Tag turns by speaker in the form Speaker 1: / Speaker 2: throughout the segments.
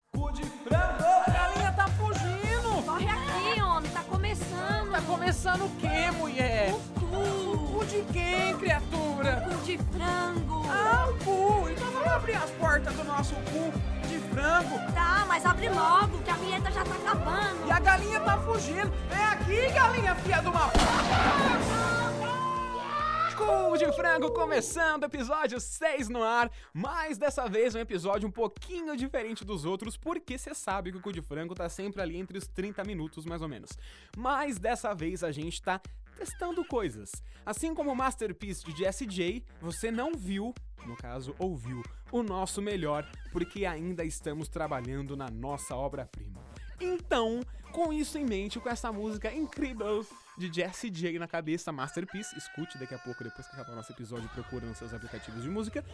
Speaker 1: tá
Speaker 2: tá
Speaker 1: Coçando Tá o quê, mulher?
Speaker 2: O cu.
Speaker 1: O de quem, criatura?
Speaker 2: Cu de frango.
Speaker 1: Ah, o cu! Então vamos abrir as portas do nosso cu de frango.
Speaker 2: Tá, mas abre logo, que a vinheta já tá acabando.
Speaker 1: E a galinha tá fugindo. Vem aqui, galinha fia do mal. Cu de frango começando, episódio 6 no ar. Mas dessa vez um episódio um pouquinho diferente dos outros, porque você sabe que o cu de frango tá sempre ali entre os 30 minutos mais ou menos. Mas dessa vez a gente tá testando coisas. Assim como o Masterpiece de Jesse J, você não viu, no caso, ouviu, o nosso melhor, porque ainda estamos trabalhando na nossa obra-prima. Então, com isso em mente, com essa música incrível de Jesse J na cabeça, Masterpiece, escute daqui a pouco, depois que acabar o nosso episódio, procura nos seus aplicativos de música,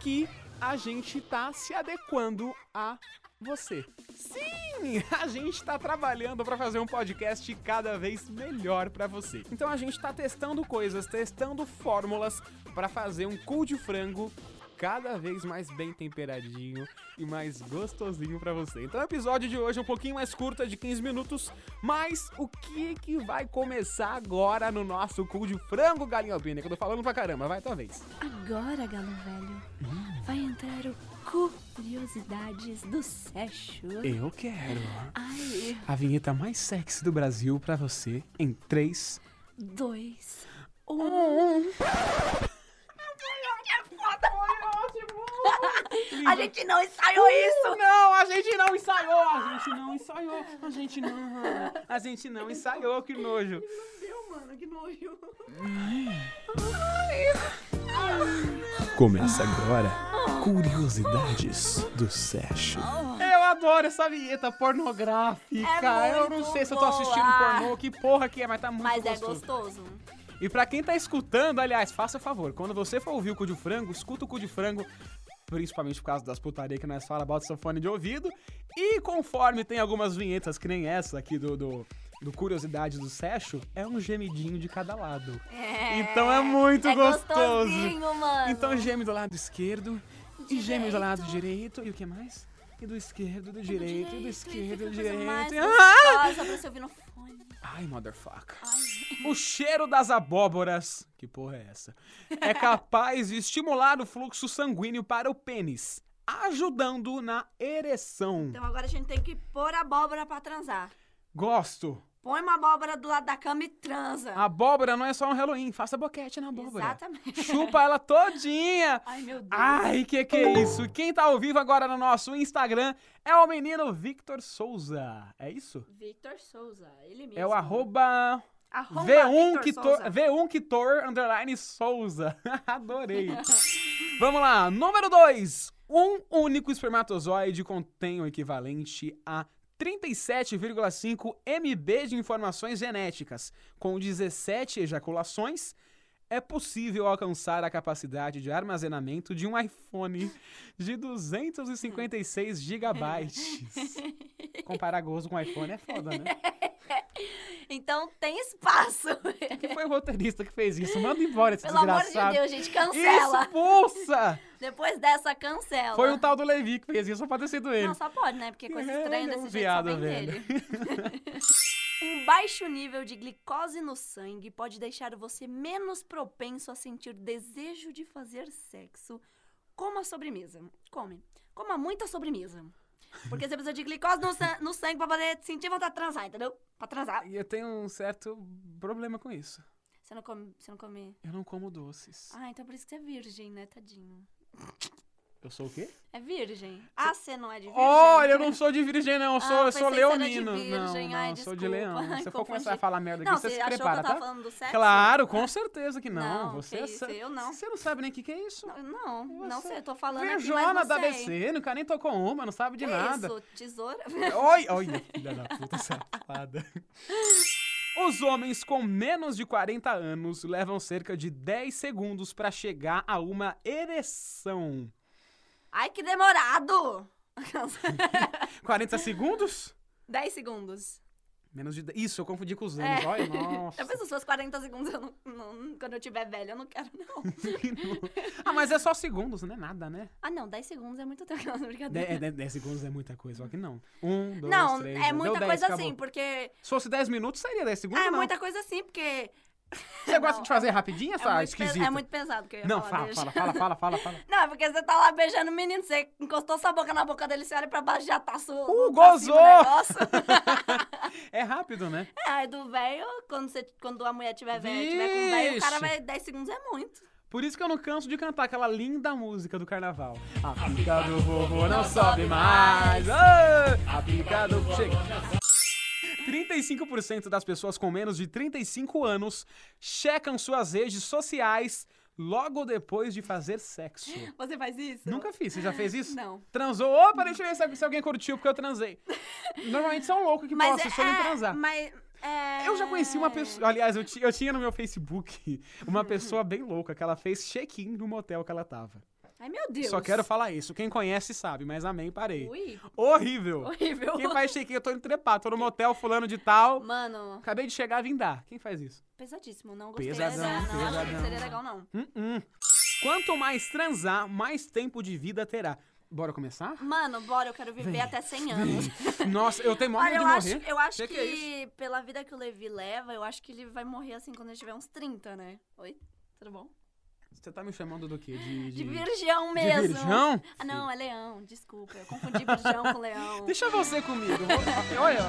Speaker 1: que a gente tá se adequando a você. Sim, a gente tá trabalhando para fazer um podcast cada vez melhor para você. Então a gente tá testando coisas, testando fórmulas para fazer um cu de frango cada vez mais bem temperadinho e mais gostosinho para você. Então o episódio de hoje é um pouquinho mais curto, é de 15 minutos, mas o que que vai começar agora no nosso cu de frango, galinha albina? Que eu tô falando pra caramba, vai talvez.
Speaker 2: Agora, galo velho, vai entrar o Curiosidades do Seixo.
Speaker 1: Eu quero.
Speaker 2: Ai,
Speaker 1: A vinheta mais sexy do Brasil pra você em um. 3.
Speaker 2: dois. A gente não ensaiou isso!
Speaker 1: Não, a gente não ensaiou! A gente não ensaiou! A gente não. A gente não ensaiou, que nojo!
Speaker 2: Meu, mano, que nojo.
Speaker 3: Começa agora Curiosidades do Sérgio.
Speaker 1: Eu adoro essa vinheta pornográfica!
Speaker 2: É
Speaker 1: eu não
Speaker 2: muito
Speaker 1: sei se eu tô assistindo
Speaker 2: boa.
Speaker 1: pornô, que porra que é, mas tá muito
Speaker 2: Mas é
Speaker 1: gostoso.
Speaker 2: gostoso.
Speaker 1: E pra quem tá escutando, aliás, faça favor, quando você for ouvir o cu de frango, escuta o cu de frango, principalmente por causa das putaria que nós fala, bota seu fone de ouvido. E conforme tem algumas vinhetas, que nem essa aqui do. do do Curiosidade do Sérgio, é um gemidinho de cada lado.
Speaker 2: É.
Speaker 1: Então é muito
Speaker 2: é
Speaker 1: gostoso.
Speaker 2: gostosinho, mano.
Speaker 1: Então geme do lado esquerdo e geme do
Speaker 2: Direito.
Speaker 1: lado direito e o que mais? E do esquerdo, do direito, e do esquerdo, do direito.
Speaker 2: Mais
Speaker 1: Ah!
Speaker 2: gostosa pra você ouvir no fone.
Speaker 1: Ai, motherfucker.
Speaker 2: Ai.
Speaker 1: O cheiro das abóboras, que porra é essa? É capaz de estimular o fluxo sanguíneo para o pênis, ajudando na ereção.
Speaker 2: Então agora a gente tem que pôr a abóbora pra transar.
Speaker 1: Gosto.
Speaker 2: Põe uma abóbora do lado da cama e transa.
Speaker 1: A abóbora não é só um Halloween, faça boquete na abóbora.
Speaker 2: Exatamente.
Speaker 1: Chupa ela todinha.
Speaker 2: Ai, meu Deus.
Speaker 1: Ai, que que é isso? Quem tá ao vivo agora no nosso Instagram é o menino Victor Souza. É isso?
Speaker 2: Victor Souza, ele mesmo.
Speaker 1: É o arroba
Speaker 2: Arromba
Speaker 1: V1
Speaker 2: Victor
Speaker 1: Quitor,
Speaker 2: Souza.
Speaker 1: V1 Quitor um underline Souza. Adorei. Vamos lá, número 2. Um único espermatozoide contém o equivalente a 37,5 MB de informações genéticas. Com 17 ejaculações, é possível alcançar a capacidade de armazenamento de um iPhone de 256 gigabytes. Comparar gozo com iPhone é foda, né?
Speaker 2: Então tem espaço.
Speaker 1: Quem foi o roteirista que fez isso? Manda embora esse
Speaker 2: Pelo amor de
Speaker 1: desgraçado.
Speaker 2: Deus, gente, cancela.
Speaker 1: Expulsa!
Speaker 2: Depois dessa, cancela.
Speaker 1: Foi o tal do Levi que fez isso, só pode ter sido ele.
Speaker 2: Não, só pode, né? Porque coisa
Speaker 1: É,
Speaker 2: estranha
Speaker 1: ele é um
Speaker 2: desse jeito
Speaker 1: viado,
Speaker 2: só vem
Speaker 1: velho.
Speaker 2: dele. um baixo nível de glicose no sangue pode deixar você menos propenso a sentir desejo de fazer sexo. Coma sobremesa. Come. Coma muita sobremesa. Porque você precisa de glicose no, san- no sangue pra poder sentir vontade de transar, entendeu? Pra transar.
Speaker 1: E eu tenho um certo problema com isso.
Speaker 2: Você não come... Você não come...
Speaker 1: Eu não como doces.
Speaker 2: Ah, então por isso que você é virgem, né? Tadinho.
Speaker 1: Eu sou o quê?
Speaker 2: É virgem. Ah, você não é de virgem?
Speaker 1: Olha, eu não sou de virgem, não. Eu sou,
Speaker 2: Ah,
Speaker 1: eu sou
Speaker 2: pensei que você era de
Speaker 1: leonino.
Speaker 2: virgem.
Speaker 1: Não, não,
Speaker 2: Ai,
Speaker 1: eu sou de
Speaker 2: desculpa.
Speaker 1: leão.
Speaker 2: Ai,
Speaker 1: Se eu for começar a
Speaker 2: confundi.
Speaker 1: falar merda aqui,
Speaker 2: Não,
Speaker 1: você se
Speaker 2: achou
Speaker 1: prepara,
Speaker 2: que eu tava
Speaker 1: tá?
Speaker 2: falando do sexo?
Speaker 1: Claro, com certeza que não.
Speaker 2: Não,
Speaker 1: você
Speaker 2: que
Speaker 1: é
Speaker 2: isso,
Speaker 1: sa-
Speaker 2: eu não.
Speaker 1: Você não sabe nem o que, que é isso.
Speaker 2: Não, Não, não
Speaker 1: Você-
Speaker 2: sei, eu tô falando aqui,
Speaker 1: Virjona
Speaker 2: mas
Speaker 1: da
Speaker 2: não sei.
Speaker 1: ABC, nunca nem tocou uma, não sabe de
Speaker 2: Que
Speaker 1: nada.
Speaker 2: Isso, tesoura.
Speaker 1: Oi, olha, filha da puta safada. Os homens com menos de 40 anos levam cerca de 10 segundos pra chegar a uma ereção.
Speaker 2: Ai, que demorado!
Speaker 1: 40 segundos?
Speaker 2: 10 segundos.
Speaker 1: Menos de. dez- Isso, eu confundi com os anos.
Speaker 2: É.
Speaker 1: Ai, nossa.
Speaker 2: Já pensou se fosse 40 segundos eu não- não- quando eu tiver velha? Eu não quero, não.
Speaker 1: ah, mas é só segundos, não é nada, né?
Speaker 2: Ah, não, 10 segundos é muito tempo. Não,
Speaker 1: De-
Speaker 2: brincadeira.
Speaker 1: é, de- 10 segundos é muita coisa, só que não. Um, dois,
Speaker 2: não,
Speaker 1: três,
Speaker 2: é
Speaker 1: deu
Speaker 2: muita
Speaker 1: 10,
Speaker 2: coisa
Speaker 1: acabou.
Speaker 2: assim, porque.
Speaker 1: Se fosse 10 minutos, seria 10 segundos.
Speaker 2: ah, é
Speaker 1: não.
Speaker 2: muita coisa assim, porque.
Speaker 1: Você gosta
Speaker 2: não,
Speaker 1: de fazer rapidinho
Speaker 2: é,
Speaker 1: essa
Speaker 2: muito pe-
Speaker 1: esquisita?
Speaker 2: é muito pesado o que eu ia
Speaker 1: Não,
Speaker 2: falar.
Speaker 1: fala,
Speaker 2: deixa.
Speaker 1: fala, fala, fala, fala, fala.
Speaker 2: Não, é porque você tá lá beijando o menino, você encostou sua boca na boca dele, você olha pra baixo e já tá sua.
Speaker 1: Uh,
Speaker 2: pra cima
Speaker 1: gozou!
Speaker 2: o negócio.
Speaker 1: É rápido, né?
Speaker 2: é, aí do velho, quando, você- quando a mulher tiver velha, e tiver com velho, o cara
Speaker 1: Vixe!
Speaker 2: vai. 10 segundos é muito.
Speaker 1: Por isso que eu não canso de cantar aquela linda música do carnaval. A pica do vovô não sobe mais. Ah, A pica do. Chega. 35% das pessoas com menos de 35 anos checam suas redes sociais logo depois de fazer sexo.
Speaker 2: Você faz isso?
Speaker 1: Nunca fiz. Você já fez isso?
Speaker 2: Não.
Speaker 1: Transou? Opa, deixa eu ver se- se alguém curtiu, porque eu transei. Normalmente são loucos que
Speaker 2: Mas
Speaker 1: postam
Speaker 2: é,
Speaker 1: Tipo, só em transar.
Speaker 2: Mas. é-
Speaker 1: Eu já conheci uma pessoa. Aliás, eu, ti- eu tinha no meu Facebook uma pessoa bem louca que ela fez check-in no motel que ela tava.
Speaker 2: Ai, meu Deus.
Speaker 1: Só quero falar isso. Quem conhece sabe, mas amém, parei.
Speaker 2: Ui,
Speaker 1: Horrível.
Speaker 2: horrível.
Speaker 1: Quem faz check-in, eu tô indo trepar, tô no motel, fulano de tal.
Speaker 2: Mano,
Speaker 1: Acabei de chegar, vim dar. Quem faz isso?
Speaker 2: pesadíssimo. Não gostei.
Speaker 1: Pesadão,
Speaker 2: não, Não acho que
Speaker 1: pesadão.
Speaker 2: seria legal, não.
Speaker 1: Hum, hum. Quanto mais transar, mais tempo de vida terá. Bora começar?
Speaker 2: Mano, bora, eu quero viver
Speaker 1: Hum? Vem,
Speaker 2: até 100 anos.
Speaker 1: Nossa, eu tenho
Speaker 2: Olha,
Speaker 1: medo de
Speaker 2: eu acho,
Speaker 1: morrer.
Speaker 2: eu acho
Speaker 1: Que
Speaker 2: que,
Speaker 1: que é isso?
Speaker 2: pela vida que o Levi leva, eu acho que ele vai morrer assim quando ele tiver uns 30, né? Oi? Tudo bom?
Speaker 1: Você tá me chamando do quê? De,
Speaker 2: De
Speaker 1: de...
Speaker 2: virgão
Speaker 1: de
Speaker 2: mesmo.
Speaker 1: virgão?
Speaker 2: Ah, não, é leão. Desculpa, eu confundi virgão com leão.
Speaker 1: Deixa você comigo. vou- Olha,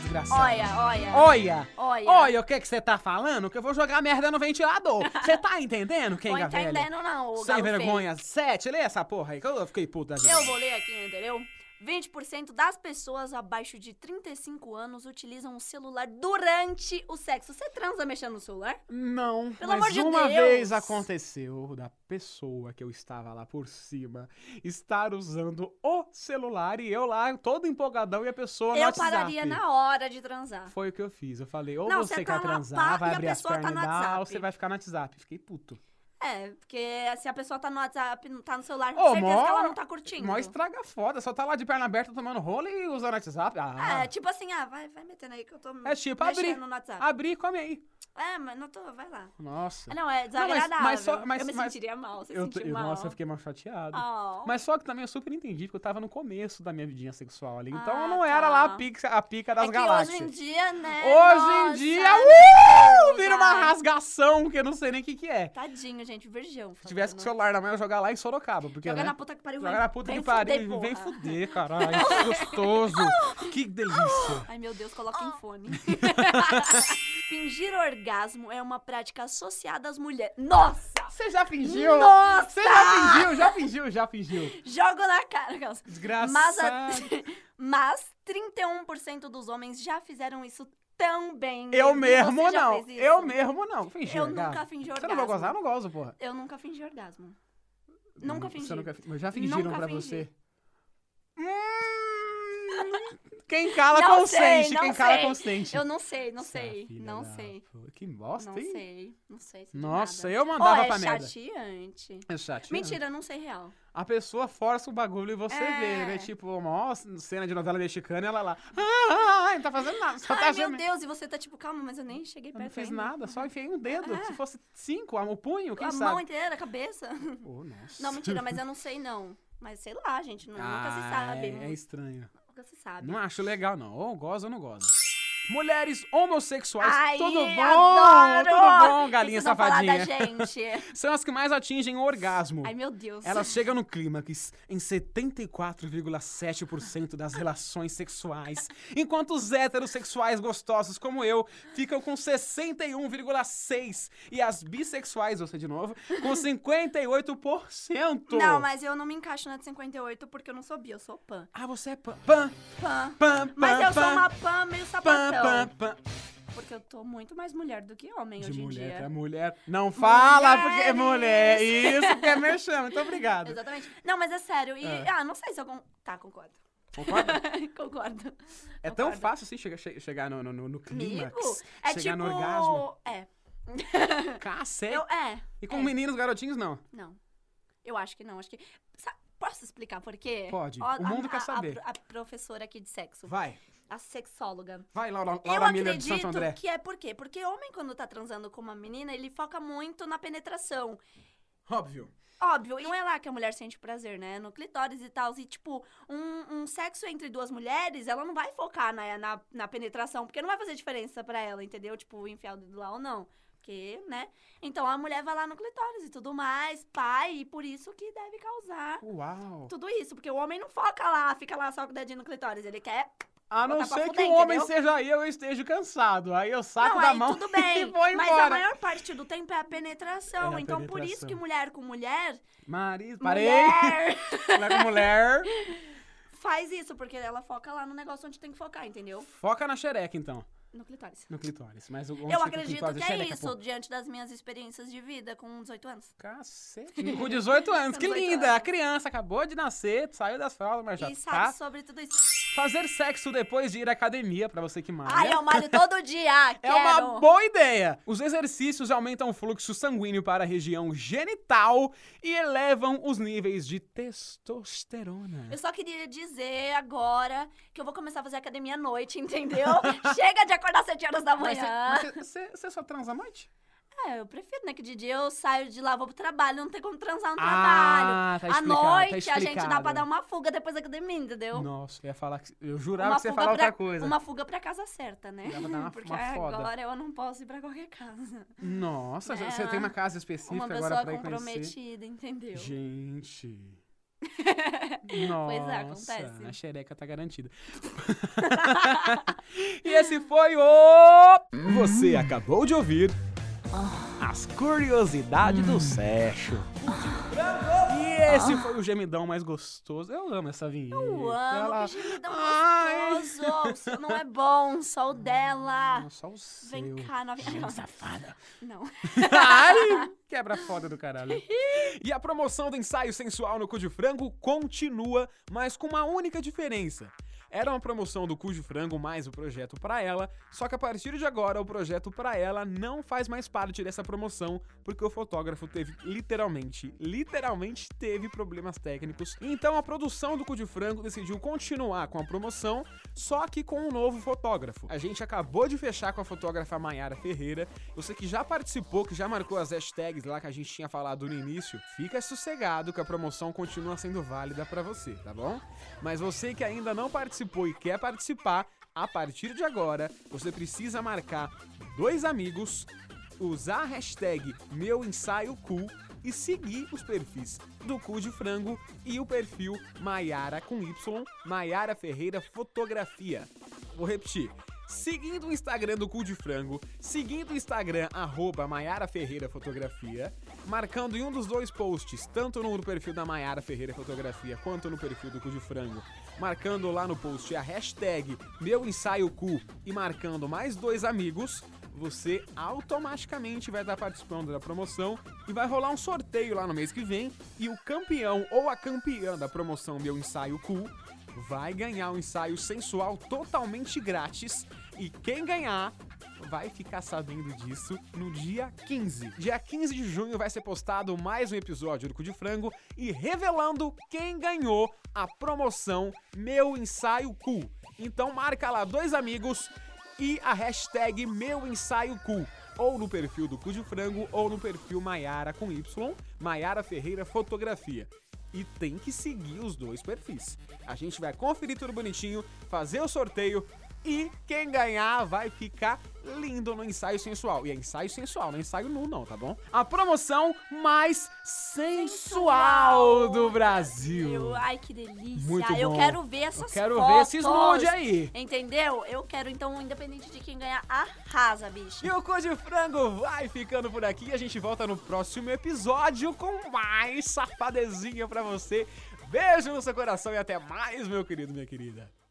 Speaker 1: desgraçado.
Speaker 2: Olha, olha,
Speaker 1: Olha.
Speaker 2: olha.
Speaker 1: Olha o que que você tá falando, que eu vou jogar merda no ventilador. Você tá entendendo, quem
Speaker 2: Tô
Speaker 1: é velho?
Speaker 2: entendendo não, ô
Speaker 1: Sem
Speaker 2: galo feio.
Speaker 1: vergonha, sete, lê essa porra aí, que eu fiquei puta. da vida.
Speaker 2: Eu vou ler aqui, entendeu? 20% das pessoas abaixo de 35 anos utilizam o celular durante o sexo. Você transa mexendo no celular?
Speaker 1: Não,
Speaker 2: Pelo
Speaker 1: mas
Speaker 2: amor de
Speaker 1: uma
Speaker 2: Deus.
Speaker 1: vez aconteceu da pessoa que eu estava lá por cima estar usando o celular e eu lá todo empolgadão e a pessoa no
Speaker 2: eu
Speaker 1: WhatsApp.
Speaker 2: pararia na hora de transar.
Speaker 1: Foi o que eu fiz. Eu falei, ou
Speaker 2: Não,
Speaker 1: você
Speaker 2: você
Speaker 1: quer
Speaker 2: tá lá,
Speaker 1: transar,
Speaker 2: pá,
Speaker 1: vai
Speaker 2: e a
Speaker 1: abrir as
Speaker 2: pessoa tá
Speaker 1: pernas e
Speaker 2: no
Speaker 1: dá, ou
Speaker 2: WhatsApp.
Speaker 1: você vai ficar no WhatsApp. Fiquei puto.
Speaker 2: É, porque se a pessoa tá no WhatsApp, não tá no celular,
Speaker 1: Ô,
Speaker 2: certeza
Speaker 1: mó-
Speaker 2: que ela não tá curtindo.
Speaker 1: Mó estraga foda, só tá lá de perna aberta tomando rolo e usando WhatsApp. Ah,
Speaker 2: É, tipo assim, ah, vai, vai metendo aí que eu tô
Speaker 1: É tipo Ah.
Speaker 2: mexendo
Speaker 1: abrir.
Speaker 2: no WhatsApp.
Speaker 1: abri e come aí.
Speaker 2: É, mas não tô, vai lá.
Speaker 1: Nossa.
Speaker 2: Ah, Não, é
Speaker 1: mas- mas
Speaker 2: desagradável.
Speaker 1: só- mas-
Speaker 2: eu me
Speaker 1: mas-
Speaker 2: sentiria mal, você
Speaker 1: Eu,
Speaker 2: sentir
Speaker 1: eu-
Speaker 2: mal.
Speaker 1: nossa, eu fiquei mal chateado.
Speaker 2: Oh.
Speaker 1: Mas só que também eu super entendi, porque eu tava no começo da minha vidinha sexual ali. Então eu
Speaker 2: Ah,
Speaker 1: não era lá a
Speaker 2: tá.
Speaker 1: pica, a pica
Speaker 2: É
Speaker 1: das
Speaker 2: que
Speaker 1: galáxias.
Speaker 2: hoje em dia, né?
Speaker 1: Hoje em
Speaker 2: nossa, é
Speaker 1: dia,
Speaker 2: meu
Speaker 1: uh,
Speaker 2: Deus,
Speaker 1: vira uma
Speaker 2: ai.
Speaker 1: rasgação que eu não sei nem o que, que é.
Speaker 2: Tadinho, gente, virgão.
Speaker 1: Se tivesse com o
Speaker 2: fazendo.
Speaker 1: celular na mão, eu ia jogar lá em Sorocaba. Porque,
Speaker 2: Tá Joga
Speaker 1: né?
Speaker 2: na puta que pariu.
Speaker 1: Jogar
Speaker 2: vem-
Speaker 1: na puta
Speaker 2: vem
Speaker 1: que pariu.
Speaker 2: fuder,
Speaker 1: vem
Speaker 2: porra.
Speaker 1: fuder, caralho. Que gostoso. que delícia.
Speaker 2: Ai, meu Deus, coloca
Speaker 1: Oh.
Speaker 2: em fone. Fingir orgasmo é uma prática associada às mulheres. Nossa!
Speaker 1: Você já fingiu?
Speaker 2: Nossa!
Speaker 1: Você já fingiu, já fingiu, já fingiu.
Speaker 2: Jogo na cara, Carlos.
Speaker 1: Desgraçado.
Speaker 2: Mas, a- mas 31% dos homens já fizeram isso tão bem.
Speaker 1: Eu
Speaker 2: Você
Speaker 1: mesmo
Speaker 2: já
Speaker 1: não.
Speaker 2: fez isso?
Speaker 1: Eu mesmo não. Fingi
Speaker 2: Eu
Speaker 1: orgasmo.
Speaker 2: nunca fingi
Speaker 1: Você não vai
Speaker 2: orgasmo.
Speaker 1: gozar? Eu não gozo, porra.
Speaker 2: Eu nunca fingi orgasmo. Nunca fingi.
Speaker 1: Você nunca fin- Mas já fingiram
Speaker 2: Nunca
Speaker 1: pra
Speaker 2: fingi.
Speaker 1: você? Hum, Quem cala
Speaker 2: Não
Speaker 1: consente,
Speaker 2: sei, não
Speaker 1: quem cala
Speaker 2: sei.
Speaker 1: consente.
Speaker 2: Eu não sei, não
Speaker 1: Essa
Speaker 2: sei,
Speaker 1: Tipo, filha
Speaker 2: não
Speaker 1: da
Speaker 2: sei.
Speaker 1: pu- Que bosta,
Speaker 2: Não
Speaker 1: hein?
Speaker 2: sei, não sei. sei de
Speaker 1: Nossa,
Speaker 2: nada.
Speaker 1: eu mandava
Speaker 2: Ó, é
Speaker 1: pra merda.
Speaker 2: chateante.
Speaker 1: É chato.
Speaker 2: Mentira, eu não sei real.
Speaker 1: A pessoa força o bagulho e você
Speaker 2: É.
Speaker 1: vê, né? Tipo, uma ó- cena de novela mexicana, ela lá. Ah, ah, ah, não tá fazendo nada. Só tá
Speaker 2: Ai, meu
Speaker 1: gemendo.
Speaker 2: Deus, e você tá tipo, calma, mas eu nem cheguei
Speaker 1: Eu
Speaker 2: perto
Speaker 1: não fiz
Speaker 2: ainda.
Speaker 1: nada, só enfiei um dedo. Se fosse cinco, o punho, quem
Speaker 2: Ah. a
Speaker 1: sabe?
Speaker 2: mão inteira, a cabeça.
Speaker 1: Oh, nossa.
Speaker 2: Não, mentira, mas eu não sei não. Mas sei lá, gente, nu- nunca se
Speaker 1: Ah,
Speaker 2: sabe.
Speaker 1: É, é estranho.
Speaker 2: Nunca se sabe.
Speaker 1: Não é acho legal, não. Ou goza ou não goza. Mulheres homossexuais,
Speaker 2: Ai,
Speaker 1: tudo bom?
Speaker 2: adoro!
Speaker 1: Tudo bom, galinha
Speaker 2: Isso não falar
Speaker 1: safadinha?
Speaker 2: da gente.
Speaker 1: São as que mais atingem o orgasmo.
Speaker 2: Ai, meu Deus.
Speaker 1: Elas chegam no clímax em 74,7% das relações sexuais, enquanto os heterossexuais gostosos como eu ficam com 61,6% e as bissexuais, você de novo, com 58%.
Speaker 2: Não, mas eu não me encaixo na de 58 porque eu não sou bi, eu sou pan.
Speaker 1: Ah, você é pan, pan,
Speaker 2: Pan.
Speaker 1: pan,
Speaker 2: Mas eu
Speaker 1: pan,
Speaker 2: sou uma pan meio
Speaker 1: pan,
Speaker 2: sapatão.
Speaker 1: pan, pan.
Speaker 2: Porque eu tô muito mais mulher do que homem
Speaker 1: De
Speaker 2: hoje em
Speaker 1: mulher
Speaker 2: dia.
Speaker 1: pra mulher. Não fala porque é mulher.
Speaker 2: Mulheres!
Speaker 1: Isso porque é merchan. Muito obrigado.
Speaker 2: Exatamente. Não, mas é sério. E,
Speaker 1: É.
Speaker 2: ah, não sei se eu. con- Tá, concordo.
Speaker 1: Concorda?
Speaker 2: concordo.
Speaker 1: É tão
Speaker 2: Concordo.
Speaker 1: fácil assim chegar, che- chegar no, no, no, no clímax.
Speaker 2: Amigo, é
Speaker 1: chegar
Speaker 2: tipo.
Speaker 1: no orgasmo.
Speaker 2: É.
Speaker 1: Cacete.
Speaker 2: Eu, é.
Speaker 1: E com
Speaker 2: é.
Speaker 1: meninos garotinhos, não.
Speaker 2: Não. Eu acho que não. Acho que. Sa- Posso explicar por quê?
Speaker 1: Pode.
Speaker 2: Ó,
Speaker 1: O mundo
Speaker 2: a-
Speaker 1: quer
Speaker 2: a-
Speaker 1: saber.
Speaker 2: A, a professora aqui de sexo.
Speaker 1: Vai.
Speaker 2: a sexóloga.
Speaker 1: Vai, Laura,
Speaker 2: eu
Speaker 1: Laura Miller de
Speaker 2: acredito
Speaker 1: Santo André.
Speaker 2: que é por quê? Porque homem, quando tá transando com uma menina, ele foca muito na penetração.
Speaker 1: Óbvio.
Speaker 2: Óbvio, e não é lá que a mulher sente prazer, né? No clitóris e tal. E, tipo, um, um sexo entre duas mulheres, ela não vai focar na, na, na penetração, porque não vai fazer diferença pra ela, entendeu? Tipo, enfiar o dedo lá ou não. Porque, né? Então a mulher vai lá no clitóris e tudo mais, pai, e por isso que deve causar
Speaker 1: Uau.
Speaker 2: tudo isso. Porque o homem não foca lá, fica lá só com o dedinho no clitóris. Ele quer.
Speaker 1: A não
Speaker 2: Botar pra
Speaker 1: ser que
Speaker 2: fuder,
Speaker 1: o homem
Speaker 2: entendeu?
Speaker 1: seja eu e eu esteja cansado. Aí eu saco
Speaker 2: não,
Speaker 1: da
Speaker 2: aí
Speaker 1: mão
Speaker 2: tudo
Speaker 1: e
Speaker 2: bem.
Speaker 1: vou
Speaker 2: mas a
Speaker 1: embora.
Speaker 2: maior parte do tempo é a penetração.
Speaker 1: É a
Speaker 2: então por isso
Speaker 1: penetração.
Speaker 2: que mulher com mulher.
Speaker 1: Marido, parei.
Speaker 2: Mulher!
Speaker 1: Mulher com mulher.
Speaker 2: faz isso, porque ela foca lá no negócio onde tem que focar, entendeu?
Speaker 1: Foca na xereca, então.
Speaker 2: No clitóris.
Speaker 1: No clitóris. Mas onde
Speaker 2: eu
Speaker 1: fica o
Speaker 2: acredito
Speaker 1: clitóris?
Speaker 2: que é
Speaker 1: Xereca,
Speaker 2: isso,
Speaker 1: pô.
Speaker 2: diante das minhas experiências de vida com 18 anos.
Speaker 1: Cacete. Com 18 anos.
Speaker 2: Com
Speaker 1: que
Speaker 2: 18
Speaker 1: linda.
Speaker 2: anos.
Speaker 1: A criança acabou de nascer, saiu das fraldas, mas já
Speaker 2: e sabe
Speaker 1: tá.
Speaker 2: sobre tudo isso.
Speaker 1: Fazer sexo depois de ir à academia, pra você que malha.
Speaker 2: Ai, eu malho todo dia,
Speaker 1: É
Speaker 2: quero.
Speaker 1: uma boa ideia! Os exercícios aumentam o fluxo sanguíneo para a região genital e elevam os níveis de testosterona.
Speaker 2: Eu só queria dizer agora que eu vou começar a fazer academia à noite, entendeu? Chega de acordar às 7 horas da
Speaker 1: Mas
Speaker 2: manhã.
Speaker 1: você- mas Você você só transa à noite?
Speaker 2: É, eu prefiro, né? Que de dia eu saio de lá, vou pro trabalho, não tem como transar no trabalho.
Speaker 1: Ah, tá
Speaker 2: à
Speaker 1: explicado,
Speaker 2: noite
Speaker 1: tá
Speaker 2: a gente dá pra
Speaker 1: explicado.
Speaker 2: dar um uma fuga depois da academia, entendeu?
Speaker 1: Nossa, eu ia falar que. Eu jurava que você ia
Speaker 2: fuga
Speaker 1: falar
Speaker 2: pra-
Speaker 1: outra coisa.
Speaker 2: Uma fuga pra casa certa, né?
Speaker 1: Dá pra dar uma-
Speaker 2: Porque
Speaker 1: uma foda.
Speaker 2: agora eu não posso ir pra qualquer casa.
Speaker 1: Nossa,
Speaker 2: né,
Speaker 1: você
Speaker 2: uma-
Speaker 1: tem uma casa específica
Speaker 2: Uma
Speaker 1: agora
Speaker 2: pessoa
Speaker 1: pra ir conhecer.
Speaker 2: comprometida, entendeu?
Speaker 1: Gente.
Speaker 2: é,
Speaker 1: Nossa,
Speaker 2: acontece.
Speaker 1: a xereca tá garantida. e esse foi o.
Speaker 3: Você acabou de ouvir As Curiosidades do Sexo.
Speaker 1: E esse foi o gemidão mais gostoso. Eu amo essa vinheta.
Speaker 2: Eu
Speaker 1: Ela-
Speaker 2: amo, que gemidão
Speaker 1: Ai.
Speaker 2: gostoso. O seu não é bom, só o dela.
Speaker 1: Não, só o seu.
Speaker 2: Vem cá, novinha.
Speaker 1: Gente
Speaker 2: Não,
Speaker 1: safada.
Speaker 2: Não.
Speaker 1: Ai, quebra foda do caralho. E a promoção do ensaio sensual no Cu de Frango continua, mas com uma única diferença. Era uma promoção do Cu de Frango mais o projeto pra ela, só que a partir de agora o projeto pra ela não faz mais parte dessa promoção, porque o fotógrafo teve literalmente, literalmente teve problemas técnicos. Então a produção do Cu de Frango decidiu continuar com a promoção, só que com um novo fotógrafo. A gente acabou de fechar com a fotógrafa Mayara Ferreira. Você que já participou, que já marcou as hashtags lá que a gente tinha falado no início, fica sossegado que a promoção continua sendo válida pra você, tá bom? Mas você que ainda não participou e quer participar, a partir de agora, você precisa marcar dois amigos, usar a hashtag meu ensaio cool e seguir os perfis do Cu de Frango e o perfil Maiara com Y, Maiara Ferreira Fotografia. Vou repetir. Seguindo o Instagram do Cu de Frango, seguindo o Instagram arroba Maiara Ferreira Fotografia, marcando em um dos dois posts, tanto no perfil da Maiara Ferreira Fotografia quanto no perfil do Cu de Frango, marcando lá no post a hashtag Meu Ensaio Cu e marcando mais dois amigos, você automaticamente vai estar participando da promoção e vai rolar um sorteio lá no mês que vem e o campeão ou a campeã da promoção Meu Ensaio Cool vai ganhar um ensaio sensual totalmente grátis e quem ganhar vai ficar sabendo disso no dia 15. Dia 15 de junho vai ser postado mais um episódio do Cu de Frango e revelando quem ganhou a promoção Meu Ensaio Cool. Então marca lá dois amigos e a hashtag Meu Ensaio Cu. Ou no perfil do Cu de Frango ou no perfil Maiara com Y, Maiara Ferreira Fotografia. E tem que seguir os dois perfis. A gente vai conferir tudo bonitinho, fazer o sorteio e quem ganhar vai ficar lindo no ensaio sensual. E é ensaio sensual, não é ensaio nu, não, tá bom? A promoção mais sensual
Speaker 2: Sensual
Speaker 1: do
Speaker 2: do
Speaker 1: Brasil.
Speaker 2: Eu- ai, que delícia.
Speaker 1: Muito
Speaker 2: eu
Speaker 1: bom.
Speaker 2: quero ver essas
Speaker 1: Eu quero ver
Speaker 2: fotos.
Speaker 1: esses nude aí.
Speaker 2: Entendeu? Eu quero, então, independente de quem ganhar, arrasa, bicho.
Speaker 1: E o Cu de Frango vai ficando por aqui. A gente volta no próximo episódio com mais safadezinha pra você. Beijo no seu coração e até mais, meu querido, minha querida.